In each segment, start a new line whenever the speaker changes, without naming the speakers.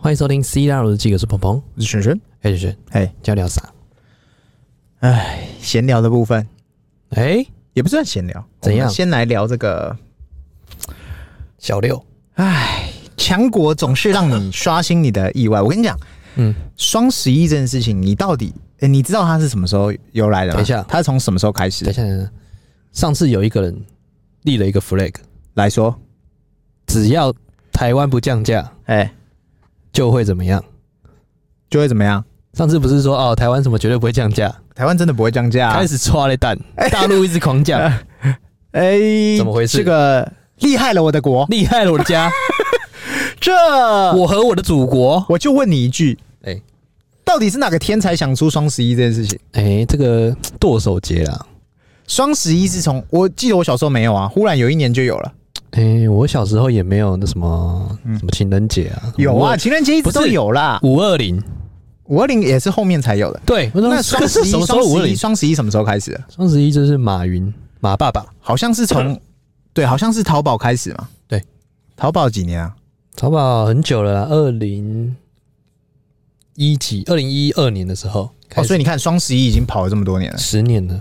欢迎收听 C 大楼的记者是鹏鹏，
我是璇璇，
哎轩，
哎
今天聊啥？
闲聊的部分
哎，
也不算闲聊，
怎样
我们先来聊这个，
小六，
强国总是让你刷新你的意外。我跟你讲，
嗯，
双十一这件事情，你到底，诶你知道它是什么时候由来的吗？
等一下
它是从什么时候开
等
始
一下，等一下上次有一个人立了一个 flag，
来说？
只要台湾不降价
哎、
就会怎么样？
就会怎么样？
上次不是说哦，台湾什么绝对不会降价，
台湾真的不会降价、啊
开？始抓了蛋，大陆一直狂 降，
哎、
怎么回事
这个厉害了我的国，
厉害了我的 家，
这
我和我的祖国。
我就问你一句，
哎
到底是哪个天才想出双十一这件事情？
哎，这个剁手节啦，
双十一是从我记得我小时候没有啊，忽然有一年就有了。
哎，我小时候也没有那什么什么情人节啊，
嗯有啊，，情人节一直
不是
都有啦。
五二零，
五二零也是后面才有的。
对，我说
那双
这
十一，
什么时候五
双
二
十一，
零？
双十一什么时候开始的？
双十一就是马云马爸爸，
好像是从对，好像是淘宝开始嘛。
嗯对，
淘宝几年啊？
淘宝很久了啦，二零一几，二零一二年的时候开
哦，
始，
所以你看双十一已经跑了这么多年了，
十年了，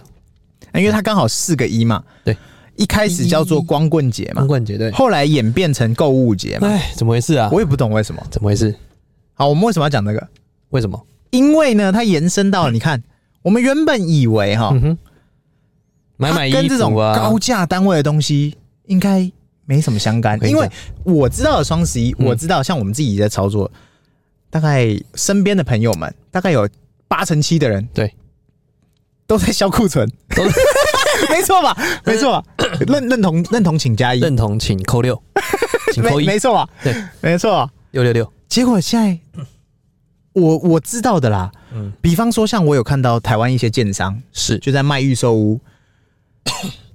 因为它刚好四个一嘛。
对，
一开始叫做光棍节
光
嘛，
棍节对。
后来演变成购物节嘛。
哎，怎么回事啊？
哦我也不懂为什么。
怎么回事？
好，我们为什么要讲这个？
为什么？
因为呢，它延伸到你看，我们原本以为哈，
嗯哼，买买
它哦跟
衣
这种
服啊
高，价单位的东西应该没什么相干
我，跟你
因
讲
为我知道的双十一，
嗯
我知道像我们自己在操作，大概身边的朋友们大概有八成七的人
对，
都在销库存，
都
没错吧？没错吧？认认同认同请加一，
认同请扣 六，请扣
没
一，
没错吧？
对，
没错吧。
六六六，
结果现在。我我知道的啦，
嗯
比方说像我有看到台湾一些建商，
是
就在卖预 售屋，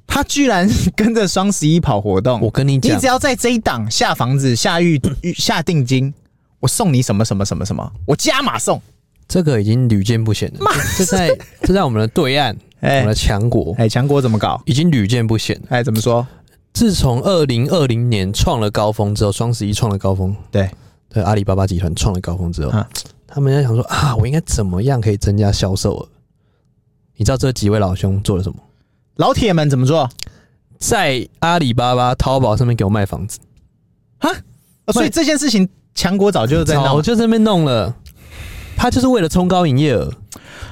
他居然跟着双十一跑活动。
我跟你
嗯你
讲
只，要在这一档下房子、下预预下定金，我送你什么什么什么什么，我加码送。
这个已经屡见不鲜了，这这在这在我们的对岸，我
哎
们的强国
哎，强国怎么搞？
已经屡见不鲜了。
哎，怎么说？
自从二零二零年创了高峰之后，双十一创了高峰，
对，
对阿里巴巴集团创了高峰之后，
啊
他们在想说啊，我应该怎么样可以增加销售额？你知道这几位老兄做了什么？
老铁们怎么做？
在阿里巴巴、淘宝上面给我卖房子，
呃所以这件事情，强国早就在闹
早
了。
就这边弄了。他就是为了冲高营业额，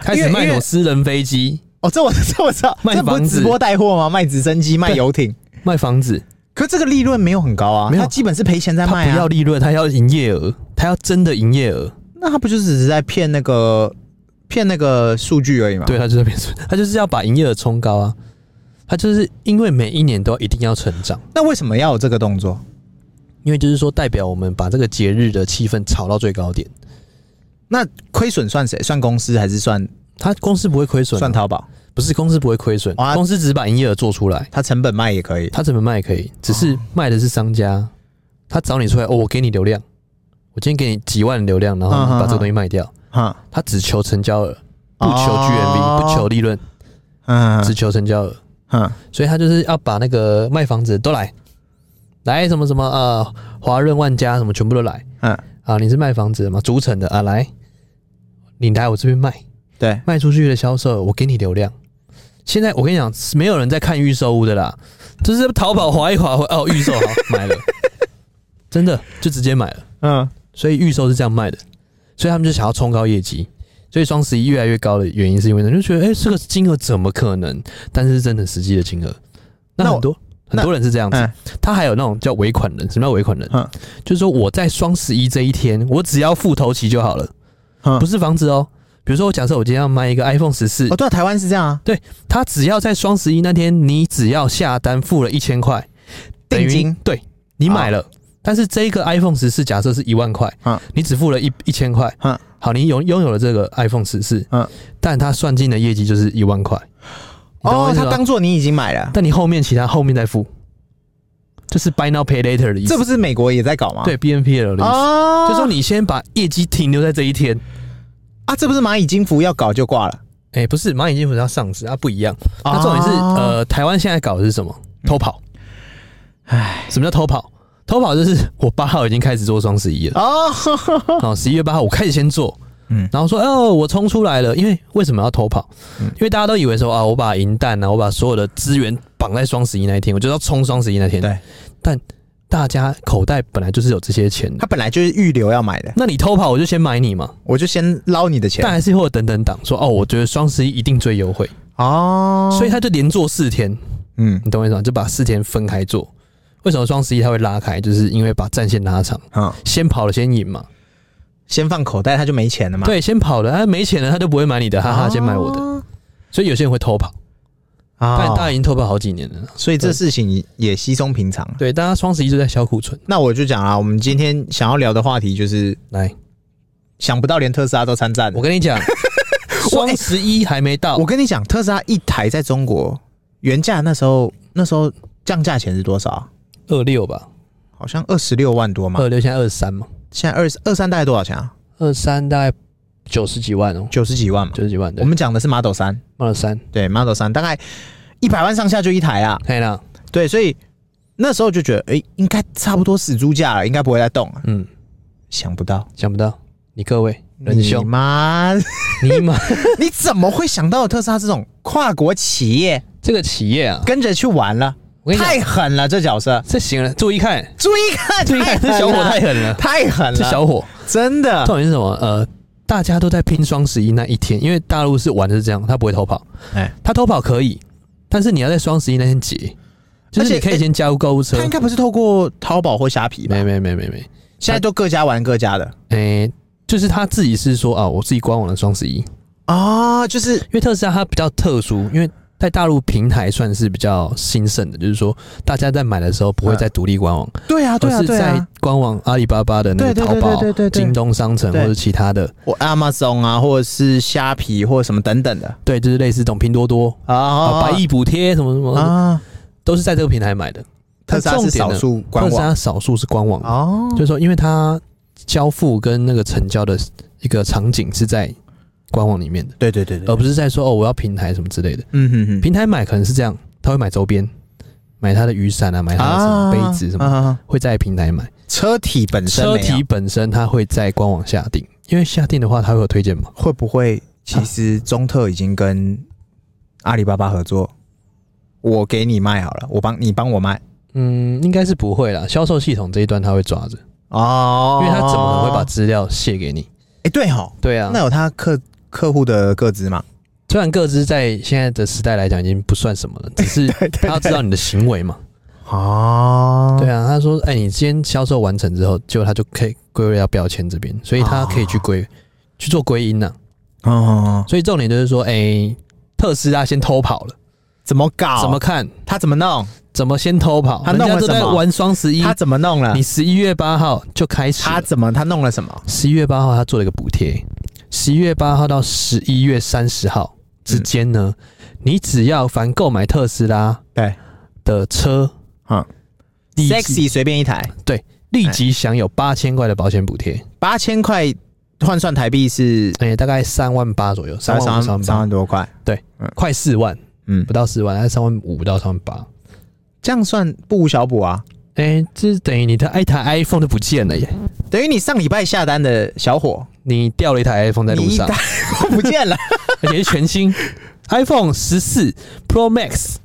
开始卖那
因为
种私人飞机、
哦，这我 这我知道，
卖
这不
房
是
子
直播带货吗？卖直升机、卖游艇，
卖房子，
可这个利润没有很高啊，
没有
他基本是赔钱在
他
卖
不要
啊。
利润，他要营业额，他要真的营业额。
那他不就只是在骗那个骗那个数据而已吗？
对，他啊就是变成，他就是要把营业额冲高啊。他就是因为每一年都一定要成长，
那为什么要有这个动作？
因为就是说代表我们把这个节日的气氛炒到最高点。
那亏损算谁？算公司还是算
他公司不会亏损啊、
算哦淘宝？
不是公司不会亏损，
哇
公司只是把营业额做出来，
它成本卖也可以。
他怎么卖也可以，只
哦
是卖的是商家，他找你出来哦，我给你流量，我今天给你几万流量，然后
嗯
你把
嗯
这个东西卖掉，
哈，
他只求成交额，不求
哦
GMV，不求利润，
嗯
只求成交额，
嗯，
所以他就是要把那个卖房子都来，来什么什么呃，华润万家什么全部都来
嗯，
啊，你是卖房子的吗？主城的啊，来，你来我这边卖，
对，
卖出去的销售，我给你流量。现在我跟你讲，没有人在看预售屋的啦，就是淘宝划一划，哦，预售好买了，真的就直接买了。
嗯，
所以预售是这样卖的，所以他们就想要冲高业绩。所以双十一越来越高的原因是因为呢，就觉得哎、诶这个金额怎么可能？但是是真的实际的金额，那
那我
很多很
那
多人是这样子
嗯。
他还有那种叫尾款人，什么叫尾款人？
嗯
就是说我在双十一这一天，我只要付头期就好了，
嗯
不是房子哦。比如说，我假设我今天要买一个 iPhone 十四
哦，，对啊，台湾是这样啊，
他只要在双十一那天，你只要下单付了一千块，等于
定金，啊
对你买了。但是这个 iPhone 十四假设是一万块，
嗯
你只付了一一千块，
嗯
好，你拥拥有了这个 iPhone 十四，
嗯
但它算进的业绩就是一万块，你懂我
哦
意，思
他
吗？
当做你已经买了，
但你后面其他后面再付，就是 buy now pay later 的意思，
这不是美国也在搞吗？
对 BNPL 的意思，
哦，
就说你先把业绩停留在这一天。
啊，这不是蚂蚁金服要搞就挂了，
哎、不是蚂蚁金服是要上市，它啊不一样。
哦嗯
它重点是、呃，台湾现在搞的是什么？偷跑。哎，什么叫偷跑？偷跑就是我八号已经开始做双十一了，
哦，
哦，十一月八号我开始先做，
嗯嗯
嗯，然后说哦，我冲出来了，因为为什么要偷跑？因为大家都以为说啊，我把银弹啊，我把所有的资源绑在双十一那一天，我就要冲双十一那天。
对，
但大家口袋本来就是有这些钱的
他，本来就是预留要买的，
那你偷跑我就先买你嘛，
我就先捞你的钱
但还是会有等等党说哦，我觉得双十一一定最优惠，
哦，
所以他就连做四天，
嗯
你懂我意思吗？就把四天分开做。为什么双十一它会拉开？就是因为把战线拉长，
嗯，
先跑了先赢嘛。
先放口袋他就没钱了嘛，，啊
对，先跑了，他啊没钱了，他就不会买你的，哈哈，
哦
先买我的。所以有些人会偷跑，但大
啊，
家已经偷跑好几年了。
所以这事情也稀松平常。
对，大家双十一就在消库存。
那我就讲啊，我们今天想要聊的话题就是
来，
想不到连特斯拉都参战。
我跟你 讲，双十一还没到
我，跟你讲，特斯拉一台在中国原价那时候那时候降价钱是多少啊？
二六吧，
好像二十六万多嘛。
二六现在二三嘛，
现在二二三大概多少钱啊？
二三大概九十几万哦，
九十几万嘛。
九十几万，
我
对，
们讲的是 Model 三，
二三，
对 Model 三大概一百万上下就一台啊。
可以啦，
对，所以那时候就觉得，哎、应该差不多死猪价了，应该不会再动了。
嗯，
想不到，
想不到你各位仁
你
兄，
妈，
你妈
你怎么会想到特斯拉这种跨国企业
这个企业啊，
跟着去玩了？
我跟你讲，
太狠了，这角色。
这行了，注意看，
注意看，
注意看，这
狠
小伙
了
太狠了，
太狠
这
了，
小伙，
真的
重点是什么？呃，大家都在拼双十一那一天，因为大陆是玩的是这样，他不会偷跑。
哎
他偷跑可以，但是你要在双十一那天结，就
而
是
且哎
你可以先加入购物车
他。应该不是透过淘宝或虾皮吧
没？没没没没，
现在都各家玩各家的
诶、就是他自己是说啊，我自己官网的双十一，因
啊、哦，就是
为特斯拉它比较特殊，因为在大陆平台算是比较兴盛的，就是说大家在买的时候不会在独立官网，
对啊，对
而
啊，
是
对
在
啊，
官网阿里巴巴的那
对
个
对
淘
对
宝
对对对、对
京东商城或
对
者其他的，
我 Amazon 啊，或者是虾皮或者什么等等的
对，就是类似这种拼多多
啊
啊、
啊
百亿补贴什么什么的
啊，
都是在这个平台买的。
特斯拉是少数官
特斯
网
拉少数是官网的，
哦，
就是说，因为它交付跟那个成交的一个场景是在官网里面的，
对对对
而
对，
不是在说哦我要平台什么之类的。
嗯哼
平台买可能是这样，他会买周边，买他的雨伞啊，买
哼，
他的什么杯子什么，
么，
会在平台买。
啊车体本身
车
没有
体本身它会在官网下定，因为下定的话它会有推荐嘛。
会不会其实中特已经跟阿里巴巴合作？我给你卖好了，我帮你帮我卖
嗯，应该是不会啦，销售系统这一端他会抓着，
哦
因为他怎么可能会把资料卸给你？
哎、对哈，
对啊，
那有他客客户的个资 吗？
虽然各自在现在的时代来讲已经不算什么了，只是他要知道你的行为 嘛。
哦，
对啊，他说：“哎、你今天销售完成之后，结果他就可以归类到标签这边，所以他可以去归、去做归因呐、啊
哦，
所以重点就是说，哎、特斯拉先偷跑了，
怎么搞？
怎么看？
他怎么弄？
怎么先偷跑？
他
人
弄
家
了
都
什
在
么
玩双十一
他，怎么弄了
你？十一月八号就开始了。
他怎么他弄了什么？
十一月八号他做了一个补贴，十一月八号到十一月三十号之间呢，
嗯
你只要凡购买特斯拉
对
的车，
嗯
立即
，sexy 随便一台
立即享有八千块的保险补贴，
八千块换算台币是
哎、大概三万八左右，三万五、
三
三
万
万
三
八，
万多块，
快四万，
嗯
不，到四万，大概三万五到三万八。
这样算不无小补啊，
哎、这等于你的一台 iPhone 都不见了耶！
等于你上礼拜下单的小伙，
你掉了一台 iPhone 在
你
路
一
上
单， 都不见了，
而且是全新 iPhone 十四 Pro Max，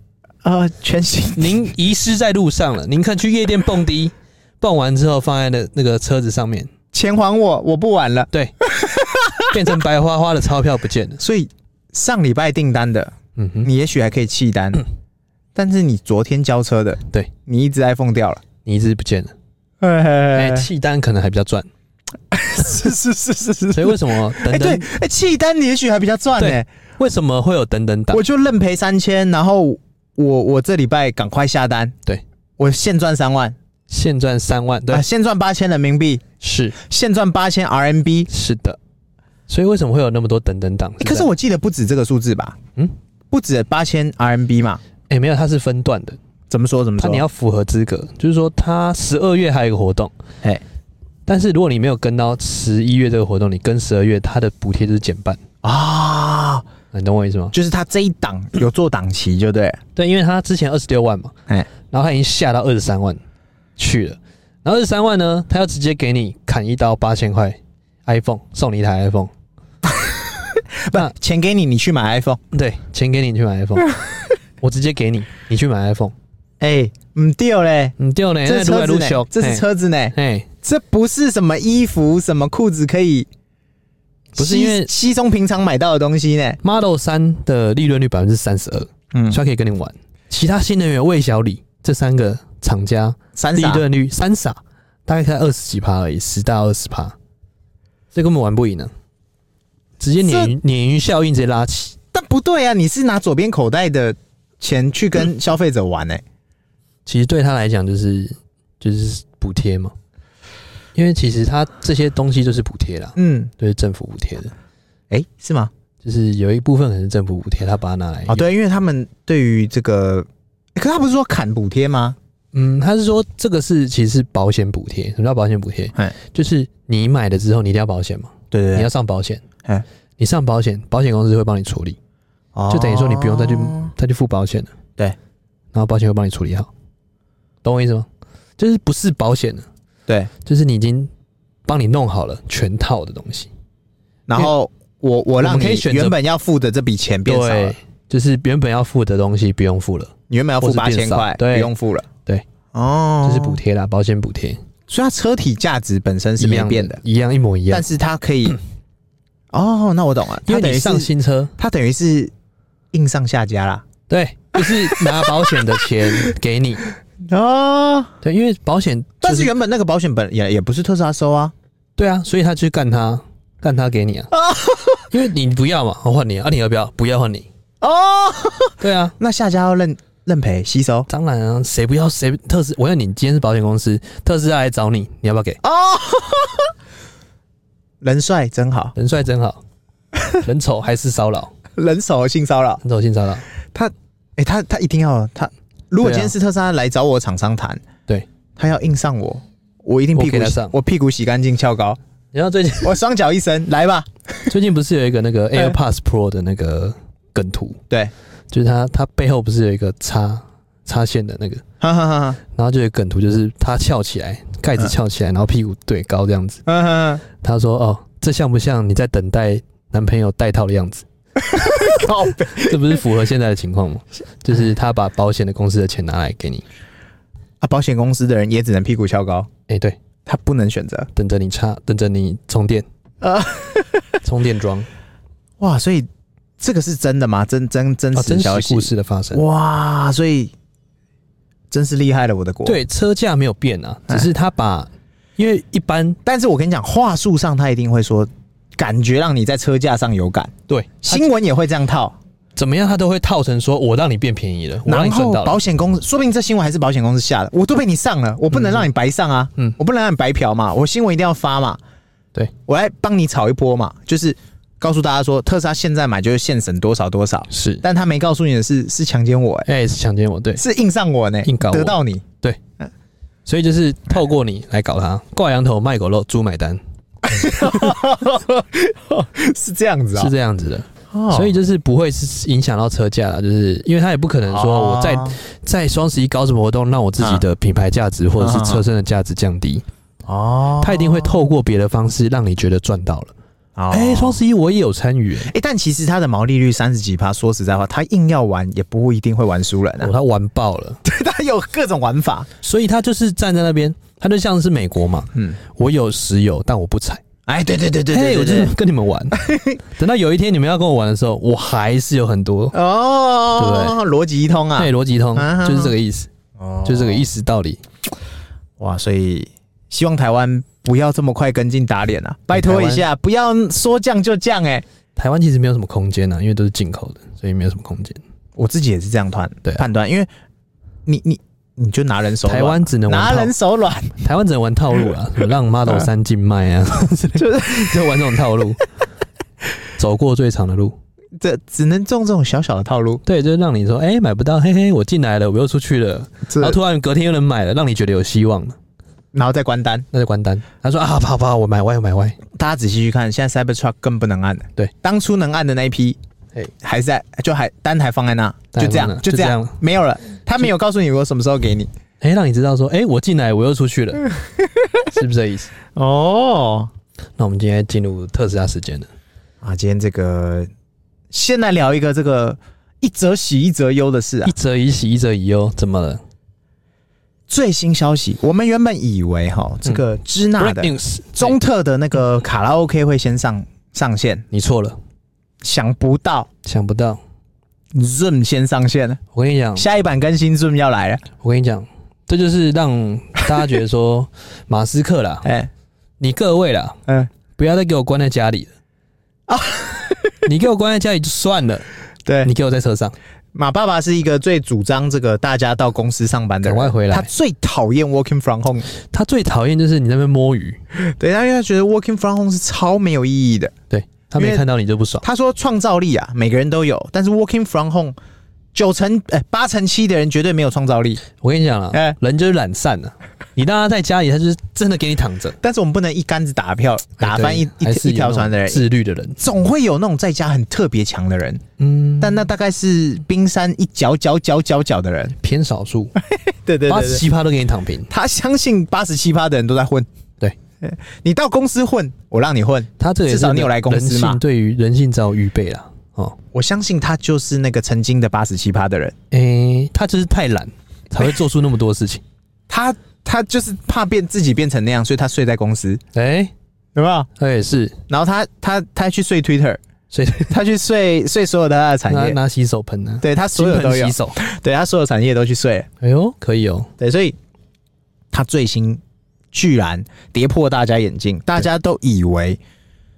呃，全新
您遗失在路上了。您看去夜店蹦迪，蹦完之后放在那那个车子上面，
钱还我，我不玩了。
对， 变成白花花的钞票不见了。
所以上礼拜订单的，
嗯哼，
你也许还可以弃单，但是你昨天交车的，
对
你一只 iPhone 掉了。
你一直不见了。哎、
哎
契丹可能还比较赚，
是是是是是。
所以为什么
哎、
等
对
等？，
哎、弃单也许还比较赚呢、
对为什么会有等等档
我？就认赔三千，然后我我这礼拜赶快下单，
对
我现赚三万，
现赚三万，对，
啊，现赚八千人民币，
是
现赚八千 RMB、
是的。所以为什么会有那么多等等档？
哎可是
在
我记得不止这个数字吧？嗯
嗯，
不止八千 RMB 嘛？
哎、没有，它是分段的，
怎么说怎么
它
说？
你要符合资格，就是说它十二月还有一个活动，
哎
但是如果你没有跟到十一月这个活动，你跟十二月它的补贴就是减半，
啊、
你懂我意思吗？
就是他这一档有做档期，就对了。
对，因为它之前二十六万嘛，
哎
然后它已经下到二十三万去了，然后这三万呢，他要直接给你砍一刀八千块 iPhone，送你一台 iPhone。那
不，钱给你，你去买 iPhone。
对，钱给你你去买 iPhone，我直接给你，你去买 iPhone。嗯哦
哎，唔掉嘞，
你掉呢？
这
哎那
是
撸来
车
撸
子
小
呢，，这是车子呢，
哎，
这不是什么衣服、什么裤子可以稀，
不是因为
稀松平常买到的东西呢。
嘿 Model 三的利润率百分之三十二，所
嗯
以，它可以跟你玩。其他新能源、魏小李这三个厂家
三
利
傻
润率三傻，大概才二十几趴而已，十到二十趴，所以根本玩不赢呢。直接鲶鱼鲶鱼效应直接拉起，
但不对啊，你是拿左边口袋的钱去
嗯
跟消费者玩哎、
其实对他来讲就是就是补贴嘛，因为其实他这些东西就是补贴啦，
嗯，
就是政府补贴的，
哎、是吗？
就是有一部分可能是政府补贴，他把它拿来
哦，
用，
对，因为他们对于这个，欸可他不是说砍补贴吗？
嗯，他是说这个是其实是保险补贴，什么叫保险补贴
哎？
就是你买了之后你一定要保险嘛，
对对
你要上保险
哎，
你上保险，保险公司会帮你处理。
要
就等于说你不用再去他去付保险了。
哦对
然后保险会帮你处理好，懂我意思吗？就是不是保险了，
对，
就是你已经帮你弄好了全套的东西，
然后我我
我
让
们可以
你
选择
原本要付的这笔钱变少了
对，，就是原本要付的东西不用付了，
你原本要
或
付
是
八
变
千
少
块，不
对
用付了，
对，
哦
这是补，贴啦，保险补贴
所以它车体价值本身是
一
没
样
变的，，
一样一模一样
但。是它可以， 哦，那我懂了，
因
它
为
等
你
于
上
是
新车，
它等于是硬上下家啦，
对，就是拿保险的钱给你，
哦，
对，因为保险、就是，
但是原本那个保险本也也不是特斯拉收啊，
对啊，所以他去干他，干他给你啊， 因为你不要嘛，我换你啊，啊你要不要？不要换你，
哦，
对啊，
那下家要认认赔吸收
当然啊，谁不要谁特斯？我要你今天是保险公司，特斯拉来找你，你要不要给？
哦，人帅真好，
人帅真 好，人丑还是骚扰，
人手性骚扰，
人丑性骚扰。
他，哎、他他一定要他，如果
对啊
今天是特斯拉来找我厂商谈，
对，
他要硬上我，我一定屁
我给
股
他上
我屁股洗干净翘高，
然后最 近
我双脚一伸，来吧，
最近不是有一个那个
哎
AirPods Pro 的那个梗图，
对，
就是它它背后不是有一个插插线的那个，
哈哈哈哈
然后就有梗图，就是它翘起来，盖子翘起来，然后屁股对高这样子。
哈哈哈，
他说：“哦，这像不像你在等待男朋友戴套的样子？
靠北，
这不是符合现在的情 况吗？就是他把保险的公司的钱拿来给你，
啊，保险公司的人也只能屁股翘高，
哎、对。”
他不能选择，
等着你插，等着你充 电
啊
啊，充电桩啊
哇，所以这个是真的吗？真真真，
哦
实
真
消
实
息，
故事的发生。
哇，所以真是厉害了我的国，。
对，车价没有变啊，
哎
只是他把，因为一般
但是我跟你讲，话术上他一定会说，感觉让你在车架上有感，
对他
新闻也会这样套，
怎么样，他都会套成说我让你变便宜了，我让
然
你赚
后
到了
保。险公司，说不定这新闻还是保险公司下的，我都被你上了，我不能让你白上啊，
嗯
我不能让你白嫖嘛，我新闻一定要发嘛，
对
我来帮你炒一波嘛，就是告诉大家说，特斯拉现在买就是现省多少多少，
是，
但他没告诉你的是是强奸我、欸，
哎、是强奸我，对，
是硬上我呢、
硬搞我
得 到你，
所以就是透过你来搞他，挂羊头卖狗肉，猪买单，
是这样子啊、
是这样子的。
哦
所以就是不会是影响到车价了，就是因为他也不可能说我在
哦
在双十一搞什么活动，让我自己的品牌价值或者是车身的价值降低，
哦，
他一定会透过别的方式让你觉得赚到了。
哦
哎、双十一我也有参与、欸，
哎、但其实它的毛利率三十几趴，说实在话，它硬要玩也不一定会玩输人
哦，
啊。
他玩爆了，
对，它有各种玩法。
所以他就是站在那边，他就像是美国嘛，
嗯，
我有石油，但我不采，
哎，对对对对
嘿
对
我
对
就
对
是跟你们 玩，等到有一天你们要跟我玩的时候，我还是有很多，
哦，逻辑一通啊。
对，逻辑通
啊
就是这个意思，
哦
就是这个意思道理，
哇，所以希望台湾不要这么快跟进打脸啊！拜托一下，不要说降就降哎、
台湾其实没有什么空间啊呢、因为都是进口的，所以没有什么空间，
我自己也是这样判
对啊
判断，因为你你你就拿人手软
台湾只能玩
拿
套
人，手软，
台湾只能玩套路 啊，什么让 Model 三禁卖啊，
嗯
就是就玩这种套 路，走过最长的路。
这只能中这种小小的套路。
对，就是让你说，哎、买不到，嘿嘿，我进来了，我又出去了，
这
然后突然隔天又能买了，让你觉得有希望了，
然后再关单，
那就关单。他说啊，啪啪，我买歪，我买歪，
大家仔细去看，现在 Cybertruck 更不能按了。
对，
当初能按的那一批
嘿，
还在就还单还放在那，
单还
就
放
这
在
样
那
就这
就这
样
样，
没有了。他没有告诉你我什么时候给你，
哎、哎、让你知道说，哎、我进来我又出去了， 是不是这意思？
哦，
那我们今天进入特斯拉时间了。
啊，今天这个先来聊一个这个一则喜一则忧的事啊
一。则以喜，一则以忧，怎么了
最新消息，我们原本以为哈这个支那的
Break 嗯 news，哎
中特的那个卡拉 OK 会先上上线，
你错了，
想不到
想不到。
Zoom 先上线了，
我跟你讲，
下一版更新 Zoom 要来了。
我跟你讲，这就是让大家觉得 说，马斯克啦，
哎，
你各位啦，
嗯，
不要再给我关在家里了 啊！你给我关在家里就算了，
对
你，给我在车上，
马爸爸是一个最主张这个大家到公司上班的
赶快
人，
回
他
来。
最讨厌 working from home。
他最讨厌就是你在那边摸鱼，
对，他因为他觉得 working from home 是超没有意义的。
对他
因
没
为
看到你就不爽。
他说创造力啊，每个人都有，但是 working from home 九成哎八成七的人绝对没有创造力。
我跟你讲了
哎，
人就是懒散的，你让他在家里，他就是真的给你躺着，
但是我们不能一竿子打票打翻一
哎对还是
一一条
有那种
船的人，
自律的人，
总会有那种在家很特别强的人，
嗯，
但那大概是冰山一角角角角角的人。
偏少数，
对对
八十，七趴都给你躺平。
他相信八十七趴的人都在混。
对
哎，你到公司混，我让你混。
他这个也
至少
是
你有来公司
人性
嘛
对于人性早有预备啦。哦，
我相信他就是那个曾经的八十七趴的人，
诶、他就是太懒，才会做出那么多 事情。
他他就是怕变自己变成那样，所以他睡在公司，
诶、
有没有？
他也是，
然后他他他去睡 Twitter，
所以
他去睡睡所有的他的产
拿
业，
拿洗手盆呢、啊，
对他所有
金
都
盆
有
洗，手。
对他所有产业都去睡了，
哎呦，可以哦，
对，所以他最新居然跌破大家眼镜，大家都以为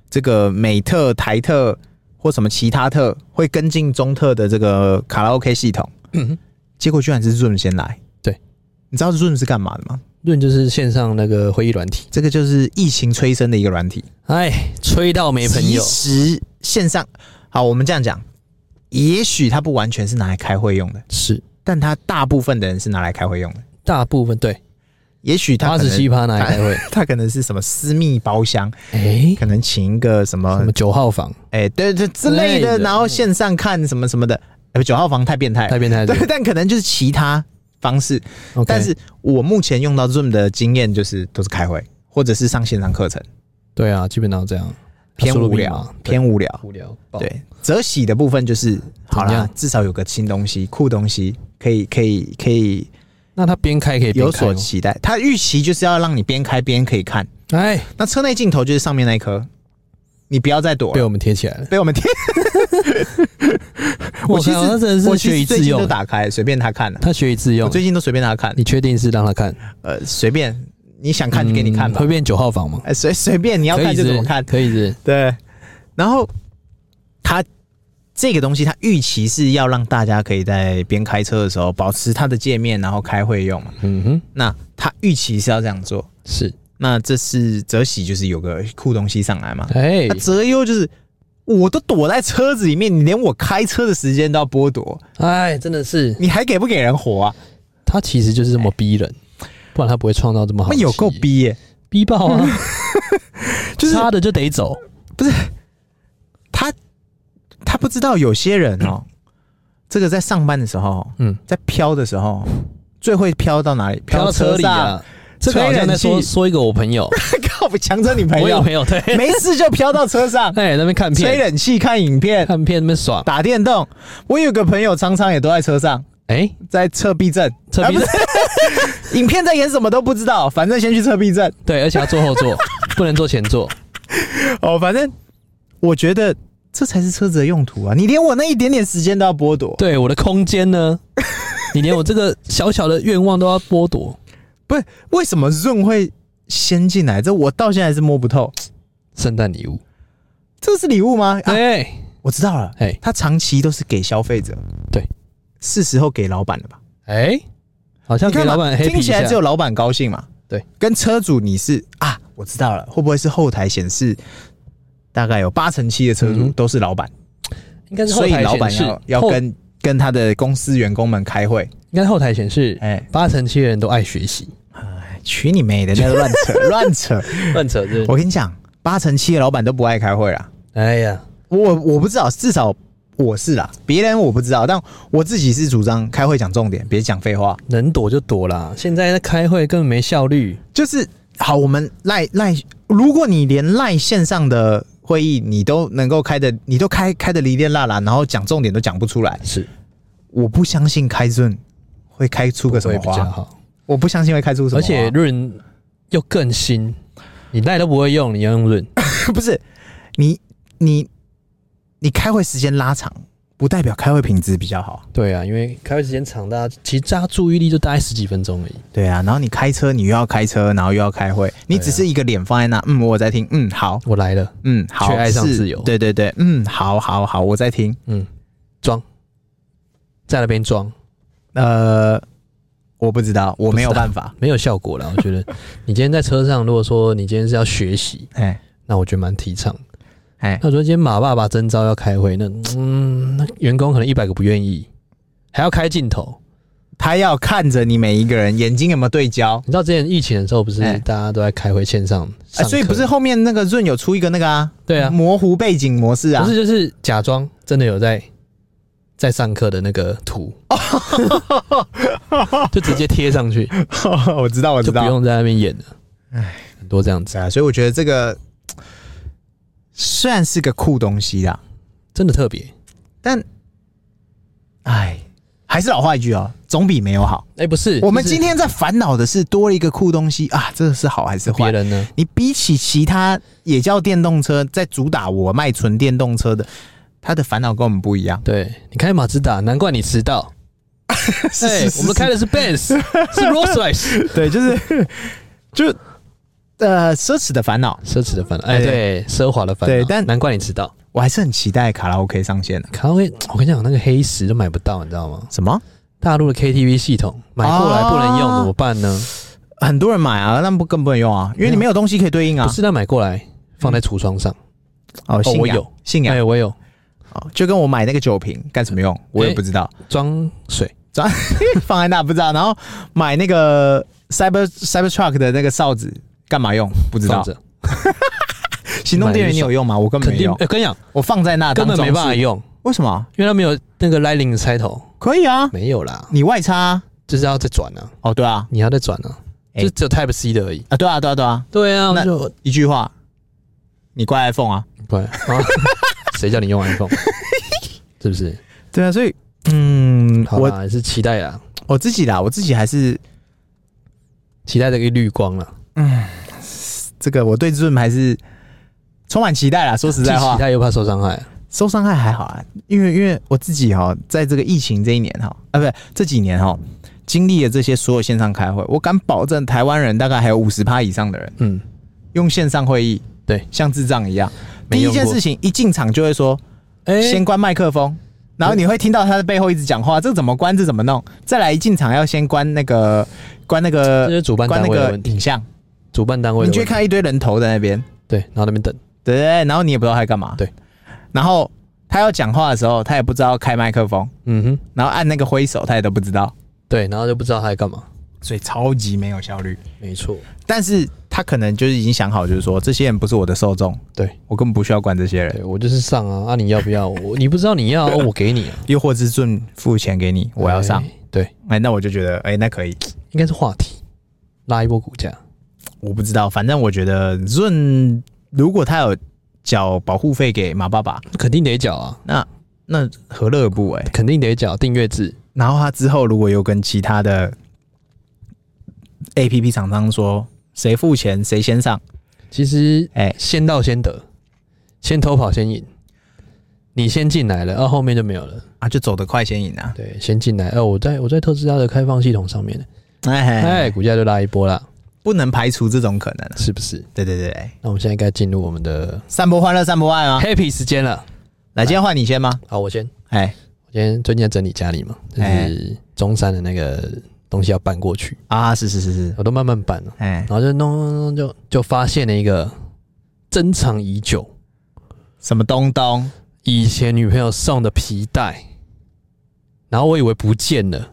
这个美特、台特或什么其他特会跟进中特的这个卡拉 OK 系统，结果居然是 Zoom 先来，
嗯对，
你知道 Zoom 是干嘛的吗？
论就是线上那个会议软体，
这个就是疫情催生的一个软体，
哎，吹到没朋友
即，时线上。好，我们这样讲，也许它不完全是拿来开会用的，
是
但它大部分的人是拿来开会用的。
大部分对
也许它
八
可
十
能
七趴拿来开会。
它可能是什么私密包厢，
哎、
可能请一个什么
什么九号房
哎、对对之类
之类
的，
的
然后线上看什么什么的。哎九、号房太变态了，
太变态了
对，但可能就是其他方式。
，OK，
但是我目前用到 Zoom 的经验就是都是开会，或者是上线上课程，
对啊，基本上这样，
偏
他输入
无
密
聊
码，
偏无聊。
无聊，爆，
对，泽喜的部分就是好
怎
啦
样，
至少有个新东西、酷东西，可以可以可以
那他边开可哦以边
有
开
所
吗
期待。它预期就是要让你边开边可以看。
哎，
那车内镜头就是上面那一颗，你不要再躲
被
了。
我们贴起来了。
被我 们贴，我其实
靠他真的是
我其
学
实
以
最
致
近都
用，
打开，随便他看了、
他学以致
我
用。
最近都随便他看，
你确定是让他看？
呃，随便你想看就给你看
嗯
吧
会，变九号房吗？
哎、随随便你要
可以
看就是怎么看。
可以是，
对，然后它这个东西，它预期是要让大家可以在边开车的时候保持它的界面，然后开会用嘛。
嗯哼，
那它预期是要这样做，
是，
那这是泽喜就是有个酷东西上来嘛。
哎
那，泽优就是我都躲在车子里面，你连我开车的时间都要剥夺，
哎，真的是，
你还给不给人活啊？
他其实就是这么逼人，不然他不会创造这么好
那
的企业。
有够逼耶、
逼爆啊！
就是
差 的就得走，
他他不知道有些人哦，这个在上班的时候，
嗯，
在飘的时候，最会飘到哪里？
飘到车里
上，
啊。这个好像在
吹
说
冷气
说一个我朋友，
靠，强征你朋
我有
友，
朋友对，，
没事就飘到车上
哎，那边 看
吹
片，
冷气、看影片、
看片那边爽，
打电动。我有个朋友常常也都在车上，
哎，
在测避震，
侧壁
啊不是影片在演什么都不知道，反正先去测避震。
对，而且要坐后 座，不能坐前座。
哦，反正我觉得这才是车子的用途啊！你连我那一点点时间都要剥夺，
对，我的空间 呢？你连我这个小小的愿望都要剥夺，
不是为什么 Zoom 会先进来？这我到现在还是摸不透，
圣诞礼物。
这是礼物吗？啊，
哎、
我知道了，
哎
它长期都是给消费者，
对，
是时候给老板了吧？
哎，好像
你
给
看嘛
老板黑
听
皮一
起
下
来。只有老板高兴嘛？
对，
跟车主你是啊，我知道了，会不会是后台显示大概有八成七的车主
嗯
都是老板，
应该是后
所以
台
老
显
板
示
要要
后
跟跟他的公司员工们开会，
应该是后台显示，
哎、
八成七的人都爱学习，哎
娶你 妹的，那乱扯乱扯！
乱扯是
我跟你讲，八成七的老板都不爱开会啦。
哎呀，
我我不知道，至少我是啦，别人我不知道，但我自己是主张开会讲重点，别讲废话。
能躲就躲啦。现在在开会根本没效率，
就是好，我们赖赖，如果你连赖线上的会议你都能够开的，你都开开的离恋辣啦，然后讲重点都讲不出来，
是
我不相信开润会开出个什
会
么
比较
花，
好。
我不相信会开出什么
而
花，
且润又更新，你赖都不会用，你要 用润，
不是你你你开会时间拉长，不代表开会品质比较好。
对啊，因为开会时间长，大家其实大家注意力就大概十几分钟而已。
对啊，然后你开车，你又要开车，然后又要开会，你
对啊
只是一个脸放在那，嗯，我在听，嗯，好，
我来了，
嗯，好，
却爱上
是
自由
对对对，嗯，好好好，我在听，
嗯，装，在那边装，
呃，我不知道，我没有
不知道
办法，
没有效果啦。我觉 得你今天在车上，如果说你今天是要学习，
哎
那我觉得蛮提倡的。
哎，
那如果今天马爸爸征招要开会，那嗯，那员工可能一百个不愿意，还要开镜头。
他要看着你每一个人眼睛有没有对焦，
你知道之前疫情的时候，不是
哎
大家都在开会线上上
哎，
课、
所以不是后面那个润有出一个那个啊，
对啊
模糊背景模式啊，
不是就是假装真的有在在上课的那个图， 就直接贴上去，
我知道我知
就不
道，
用在那边演了。哎，很多这样子，
对啊，所以我觉得这个虽然是个酷东西啦，
真的特别。
但，哎，还是老话一句哦，总比没有好。
哎、不是，
我们
就是
今天在烦恼的是多了一个酷东西啊，这是好还是
别
坏？
人呢，
你比起其他也叫电动车，在主打我卖纯电动车的，他的烦恼跟我们不一样。
对你开马自达，难怪你迟到。
是
哎、我们开的是 Benz，是 Rolls Royce，
对，就是 就呃奢侈的烦恼，
奢侈的烦恼。哎、
对
对，奢华的烦恼。
对但
难怪你迟到。
我还是很期待卡拉 OK 上线的。
卡拉 OK，我跟你讲，那个黑石都买不到，你知道吗？
什么？
大陆的 KTV 系统买过来不能用，
啊
怎么办呢？
很多人买啊，那不更不能用啊，因为你没有东西可以对应啊
不。是，那买过来放在橱窗上。
哦，信
我
仰
有
信仰
哎，我有
哦，就跟我买那个酒瓶干什么用，我也不知道，
装水，
装放在那不知道，然后买那个 Cyber Cyber Truck 的那个哨子干嘛用，不知
放
道。
着，
行动电源你有用吗？我根本
肯
没
定。
用
哎，，跟你讲，
我放在那
根
当
本没
装
办法
饰。
用，
为什么？
因为它没有那个 Lightning 的插头，
可以啊，
没有啦，
你外插啊。
就是要再转啊，
哦，对啊，
你要再转啊，
哎
就只有 Type C 的而已。
啊对啊对啊对啊，
对啊，
那
我就
一句话，你怪 iPhone 啊？
对啊，谁叫你用 iPhone？是不是？
对啊，所以嗯，
好
我
啦，还是期待啦，
我自己啦，我自己还是
期待这个绿光啦。
这个我对 Zoom 还是充满期待啦。说实在
既
话
期，待又怕受伤害。
受伤害还好啊，因为因为我自己哈，在这个疫情这一年哈，啊，不是这几年哈，经历了这些所有线上开会，我敢保证台湾人大概还有五十趴以上的人
嗯，
用线上会议，
对，
像智障一样。
没
第一
用过
件事情一进场就会说，
哎
先关麦克风，然后你会听到他的背后一直讲话，这怎么关，这怎么弄？再来一进场要先关那个关那
这
个
是主办
关
单
那
位的
个
问题，
影像，
主办单位
你
的
就会
问题。
看到一堆人头在那边。
对，然后那边等，
对然后你也不知道他在干嘛。
对，
然后他要讲话的时候，他也不知道开麦克风，
嗯哼，
然后按那个挥手，他也都不知道，
对，然后就不知道他在干嘛。
所以超级没有效率。
没错，
但是他可能就是已经想好，就是说这些人不是我的受众，
对
我根本不需要管这些人，
对，我就是上啊，啊你要不要？我你不知道你 要，哦我给你啊，
又或者是顺付钱给你，我要上，
哎，对，
哎，那我就觉得，哎，那可以。
应该是话题，拉一波股价。
我不知道，反正我觉得润如果他有缴保护费给马爸爸，
肯定得缴啊，
那那何乐而不为？
肯定得缴订阅制。
然后他之后如果又跟其他的 A P P 厂商说谁付钱谁先上，
其实
哎、
先到先得，先偷跑先赢。你先进来了，然、后后面就没有了。
啊就走得快先赢啊！
对，先进来。哦，我在我在特斯拉的开放系统上面，
哎
哎，股价就拉一波啦，
不能排除这种可能、啊。
是不是？
对对对对，
那我们现在该进入我们的
散播欢乐，散播爱啊！
happy 时间了。
来，今天换你先吗？
好，我先，
哎
我今天最近在整理家里嘛，就
哎
是中山的那个东西要搬过去，
啊，是是是是，
我都慢慢搬了，
哎
然，后就弄弄弄，就就发现了一个珍藏已久，
什么东东？
以前女朋友送的皮带，然后我以为不见了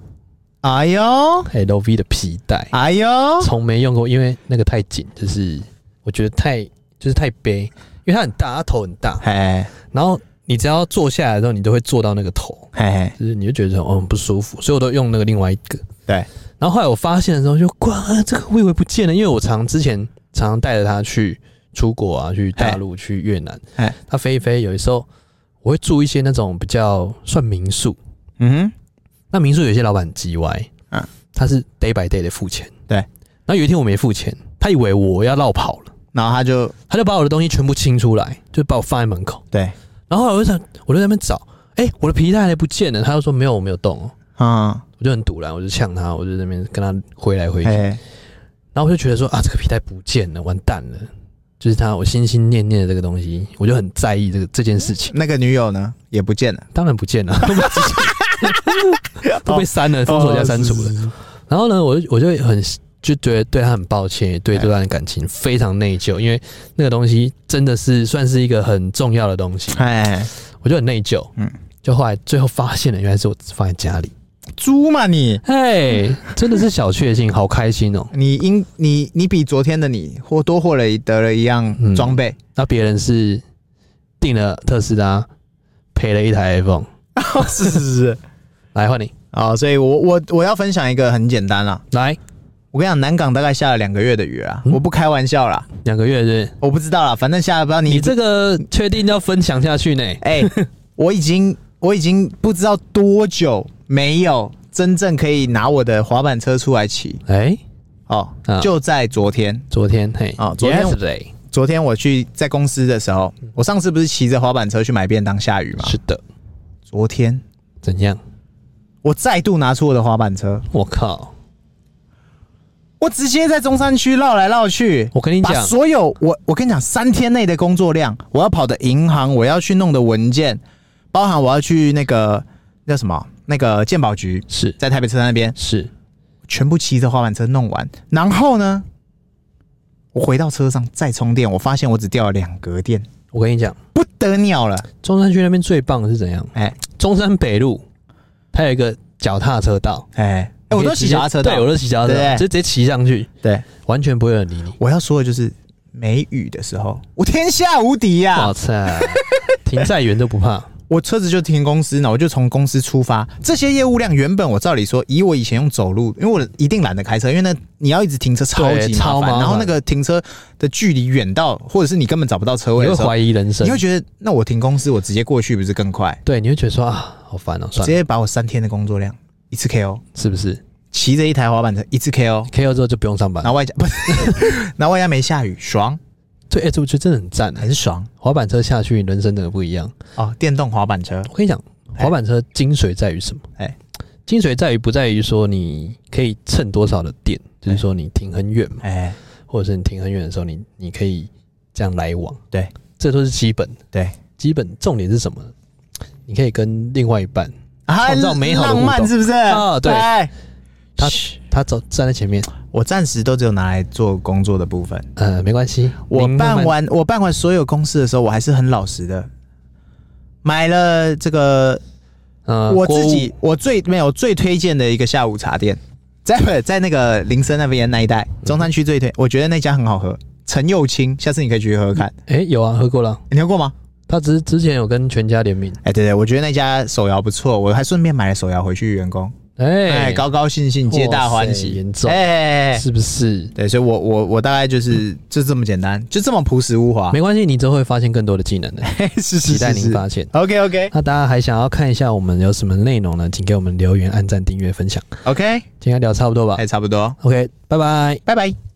哎呦
，LV 的皮带，
哎呦，
从没用过，因为那个太紧，就是我觉得太就是太背，因为它很大，它头很大，
哎
然后你只要坐下来之后，你都会坐到那个头，
嘿嘿，
就是你就觉得哦很不舒服，所以我都用那个另外一个。
对，
然后后来我发现的时候就，哇，这个我以为不见了，因为我常之前常常带着它去出国啊，去大陆、去越南
嘿，
它飞一飞，有的时候我会住一些那种比较算民宿，
嗯
那民宿有些老板叽歪，
嗯
嗯，他是 day by day 的付钱，
对。
然后有一天我没付钱，他以为我要绕跑了，
哼，然后他就
他就把我的东西全部清出来，就把我放在门口。
对，
然后后来我就想，我就在那边找，哎、我的皮带还不见了。他就说没有，我没有动哦。
嗯，
我就很堵然，我就呛他，我就在那边跟他挥来挥
嘿
去。
嘿，
然后我就觉得说啊，这个皮带不见了，完蛋了。就是他，我心心念念的这个东西，我就很在意这个这件事情。
那个女友呢也不见了，
当然不见了，都被 都被删哦了，封锁加删除了。
了，
然后呢，我就我就很就觉得对他很抱歉，也对这段感情非常内疚，因为那个东西真的是算是一个很重要的东西，
哎，嘿
我就很内疚。
嗯
嗯，就后来最后发现了，原来是我放在家里。
猪嘛你，
哎，真的是小确幸，好开心哦。
你应你你比昨天的你或多或了得了一样
嗯
装备，
那别人是订了特斯拉，赔了一台 iPhone，
是是是，
来换你
啊，所以我我我要分享一个很简单啦，
来
我跟你讲，南港大概下了两个月的雨啊，
嗯
我不开玩笑啦，
两个月是
我不知道啦，反正下了不知道
不是？
你
你这个确定要分享下去呢？
哎、我已经我已经不知道多久没有真正可以拿我的滑板车出来骑
哎，
哦，
啊
就在昨天，
昨天嘿
哦昨天
yesterday
昨天我去在公司的时候，
嗯
我上次不是骑着滑板车去买便当，下雨嘛，
是的，
昨天
怎样？
我再度拿出我的滑板车，
我靠！
我直接在中山区绕来绕去。
我跟你
把
讲，
所有我我跟你讲，三天内的工作量，我要跑的银行，我要去弄的文件，包含我要去那个那叫什么那个鉴宝局，
是
在台北车站那边，
是
全部骑着滑板车弄完。然后呢，我回到车上再充电，我发现我只掉了两格电，
我跟你讲，
不得了了！
中山区那边最棒的是怎样？
哎
中山北路它有一个脚踏车道，
哎哎，我都骑脚踏车道
对，我都骑脚踏车
对
道，
不对
就直接骑上去，
对，
完全不会有人理你。
我要说的就是没雨的时候，我天下无敌呀、
哇 塞，停再远都不怕。
我车子就停公司呢，我就从公司出发。这些业务量原本我照理说，以我以前用走路，因为我一定懒得开车，因为那你要一直停车超级
对
麻
超麻
烦，
烦
然后那个停车的距离远到，或者是你根本找不到车
你
位的
会
时候
怀，疑人生
你会，觉得那我停公司，我直接过去不是更快？
对，你会觉得说啊，好烦哦、
直
算了，
接把我三天的工作量一次 KO，
是不是
骑着一台滑板车一次 KO，
？KO 之后就不用上班
然。后外加不是， 然后外加没下雨，爽，
对，哎、这我觉得真的很赞、欸，
很爽
滑板车下去，人生真的不一样。
哦，电动滑板车，
我跟你讲，
哎
滑板车精髓在于什么？
哎
精髓在于不在于说你可以蹭多少的电，就是说你停很远嘛，
哎，
或者是你停很远的时候，你你可以这样来往，
对，
这都是基本的。
对，
基本重点是什么呢？你可以跟另外一半，
啊
创造美好的
浪
互
漫
动
是不是？
啊对
哎
他他走站在前面，
我暂时都只有拿来做工作的部分。
呃，没关系，
我
您慢
办
慢
完我办完所有公司的时候，我还是很老实的，买了这个
呃，
我
锅
自
物
己我最没有最推荐的一个下午茶店，在不在那个林森那边那一带，中山区最推，我觉得那家很好喝，陈幼清，下次你可以去喝喝看，
哎、有啊，喝过了。
你喝过吗？
他之之前有跟全家联名，
哎、对对，我觉得那家手摇不错，我还顺便买了手摇回去员工，
哎、
哎、高高兴兴，皆大
哇
欢
塞
喜，
严重
哎哎、哎
是不是？
对，所以我我我大概就是就这么简单，就这么朴实无华，
没关系，你之后会发现更多的技 能的，
是
期待您发现。
OK OK
那大家还想要看一下我们有什么内容呢？请给我们留言、按赞、订阅、分享。
OK，
今天聊差不多吧
哎，差不多，
，OK，拜拜。
拜拜。